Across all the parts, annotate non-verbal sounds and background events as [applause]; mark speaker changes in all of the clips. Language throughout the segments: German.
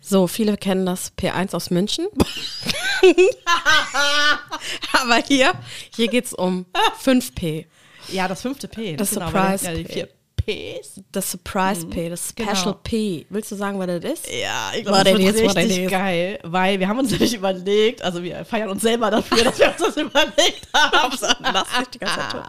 Speaker 1: So, viele kennen das P1 aus
Speaker 2: [laughs]
Speaker 1: München. Aber hier, hier geht es um 5P.
Speaker 2: Ja, das fünfte P.
Speaker 1: Das
Speaker 2: sind aber
Speaker 1: Surprise
Speaker 2: nicht- Ja, die
Speaker 1: P.
Speaker 2: vier Ps.
Speaker 1: Das Surprise P, das Special
Speaker 2: Genau.
Speaker 1: P. Willst du sagen, was das ist?
Speaker 2: Ja, ich
Speaker 1: What
Speaker 2: glaube, das
Speaker 1: it
Speaker 2: wird
Speaker 1: is, what it
Speaker 2: richtig
Speaker 1: is.
Speaker 2: geil, weil wir haben uns [laughs] nämlich überlegt, also wir feiern uns selber dafür, dass wir uns das [laughs] überlegt haben.
Speaker 1: Ah,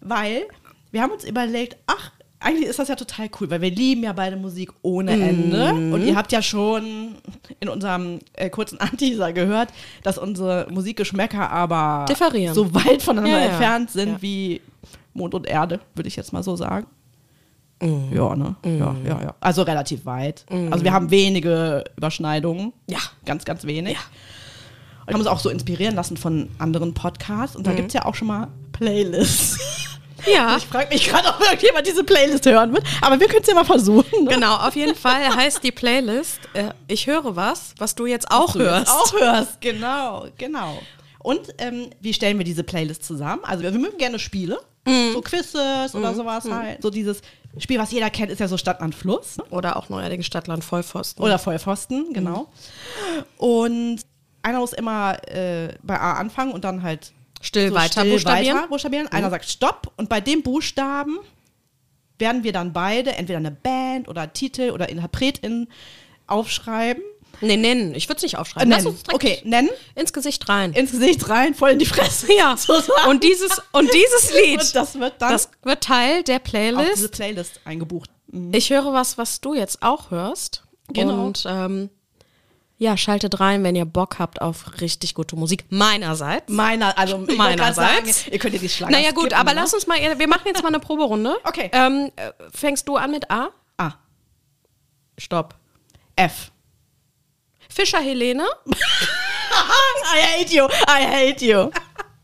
Speaker 2: weil wir haben uns überlegt, ach, eigentlich ist das ja total cool, weil wir lieben ja beide Musik ohne
Speaker 1: Mhm.
Speaker 2: Ende. Und ihr habt ja schon in unserem äh, kurzen [laughs] Anteaser gehört, dass unsere Musikgeschmäcker aber
Speaker 1: Differieren.
Speaker 2: so weit voneinander
Speaker 1: Ja, ja.
Speaker 2: entfernt sind
Speaker 1: Ja.
Speaker 2: wie Mond und Erde, würde ich jetzt mal so sagen.
Speaker 1: Mhm.
Speaker 2: Ja, ne? Ja, ja, ja. Also relativ weit. Also wir haben wenige Überschneidungen.
Speaker 1: Ja.
Speaker 2: Ganz, ganz wenig. Und haben uns auch so inspirieren lassen von anderen Podcasts.
Speaker 1: Mhm.
Speaker 2: Und da gibt es ja auch schon mal Playlists. [laughs]
Speaker 1: Ja.
Speaker 2: Ich frage mich gerade, ob irgendjemand diese Playlist hören will. Aber wir können es ja mal versuchen. Ne?
Speaker 1: Genau, auf jeden Fall heißt die Playlist äh, Ich höre was, was du jetzt auch
Speaker 2: Du
Speaker 1: hörst.
Speaker 2: jetzt Auch hörst, genau, genau. Und ähm, wie stellen wir diese Playlist zusammen? Also wir, wir mögen gerne Spiele, so Quizzes oder sowas halt. So dieses Spiel, was jeder kennt, ist ja so Stadt an Fluss. Ne?
Speaker 1: Oder auch neuerdings Stadtland Vollpfosten.
Speaker 2: Oder Vollpfosten, genau. Und einer muss immer äh, bei A anfangen und dann halt
Speaker 1: still
Speaker 2: so
Speaker 1: weiter
Speaker 2: still
Speaker 1: buchstabieren. Mhm.
Speaker 2: weiter buchstabieren. Einer sagt Stopp und bei dem Buchstaben werden wir dann beide entweder eine Band oder Titel oder Interpretin aufschreiben.
Speaker 1: Nee, Äh, nennen. Ich würde es nicht aufschreiben. Lass uns direkt
Speaker 2: Äh, okay, nennen,
Speaker 1: ins Gesicht rein.
Speaker 2: ins Gesicht rein, voll in die Fresse.
Speaker 1: ja.
Speaker 2: [laughs] sozusagen.
Speaker 1: Und dieses, und dieses Lied,
Speaker 2: [laughs] Und das wird dann
Speaker 1: das wird Teil der
Speaker 2: auf diese
Speaker 1: Playlist.
Speaker 2: Playlist eingebucht.
Speaker 1: Ich höre was, was du jetzt auch hörst.
Speaker 2: Genau.
Speaker 1: Und ähm, ja, schaltet rein, wenn ihr Bock habt auf richtig gute Musik. Meinerseits.
Speaker 2: Meiner, also ich wollte gerade
Speaker 1: Meinerseits.
Speaker 2: Sagen, ihr könnt ja die Schlange
Speaker 1: Naja gut,
Speaker 2: skippen,
Speaker 1: aber
Speaker 2: ne?
Speaker 1: lass uns mal, wir machen jetzt mal eine Proberunde.
Speaker 2: [laughs] Okay.
Speaker 1: Ähm, äh, fängst du an mit A?
Speaker 2: A,
Speaker 1: Stopp.
Speaker 2: Ah. F.
Speaker 1: Fischer Helene Ah,
Speaker 2: I hate you, I hate you.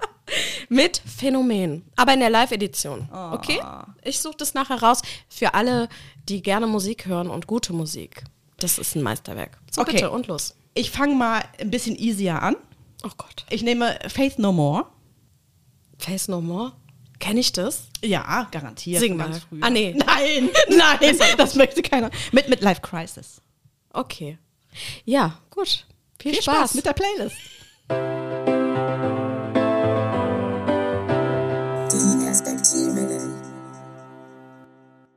Speaker 1: [laughs] mit Phänomen, aber in der Live-Edition.
Speaker 2: Ah.
Speaker 1: Okay? Ich suche das nachher raus für alle, die gerne Musik hören und gute Musik. Das ist ein Meisterwerk. So
Speaker 2: Okay.
Speaker 1: bitte und los.
Speaker 2: Ich fange mal ein bisschen easier an.
Speaker 1: Oh Gott.
Speaker 2: Ich nehme Faith No More.
Speaker 1: Face No More. Kenne ich das?
Speaker 2: Ja, garantiert.
Speaker 1: Sing
Speaker 2: Ganz
Speaker 1: mal.
Speaker 2: früh.
Speaker 1: Ah, nee.
Speaker 2: [laughs] Nein, nein, das möchte keiner. Mit Midlife Crisis.
Speaker 1: Okay. Ja, gut. Viel, Spaß.
Speaker 2: mit der Playlist.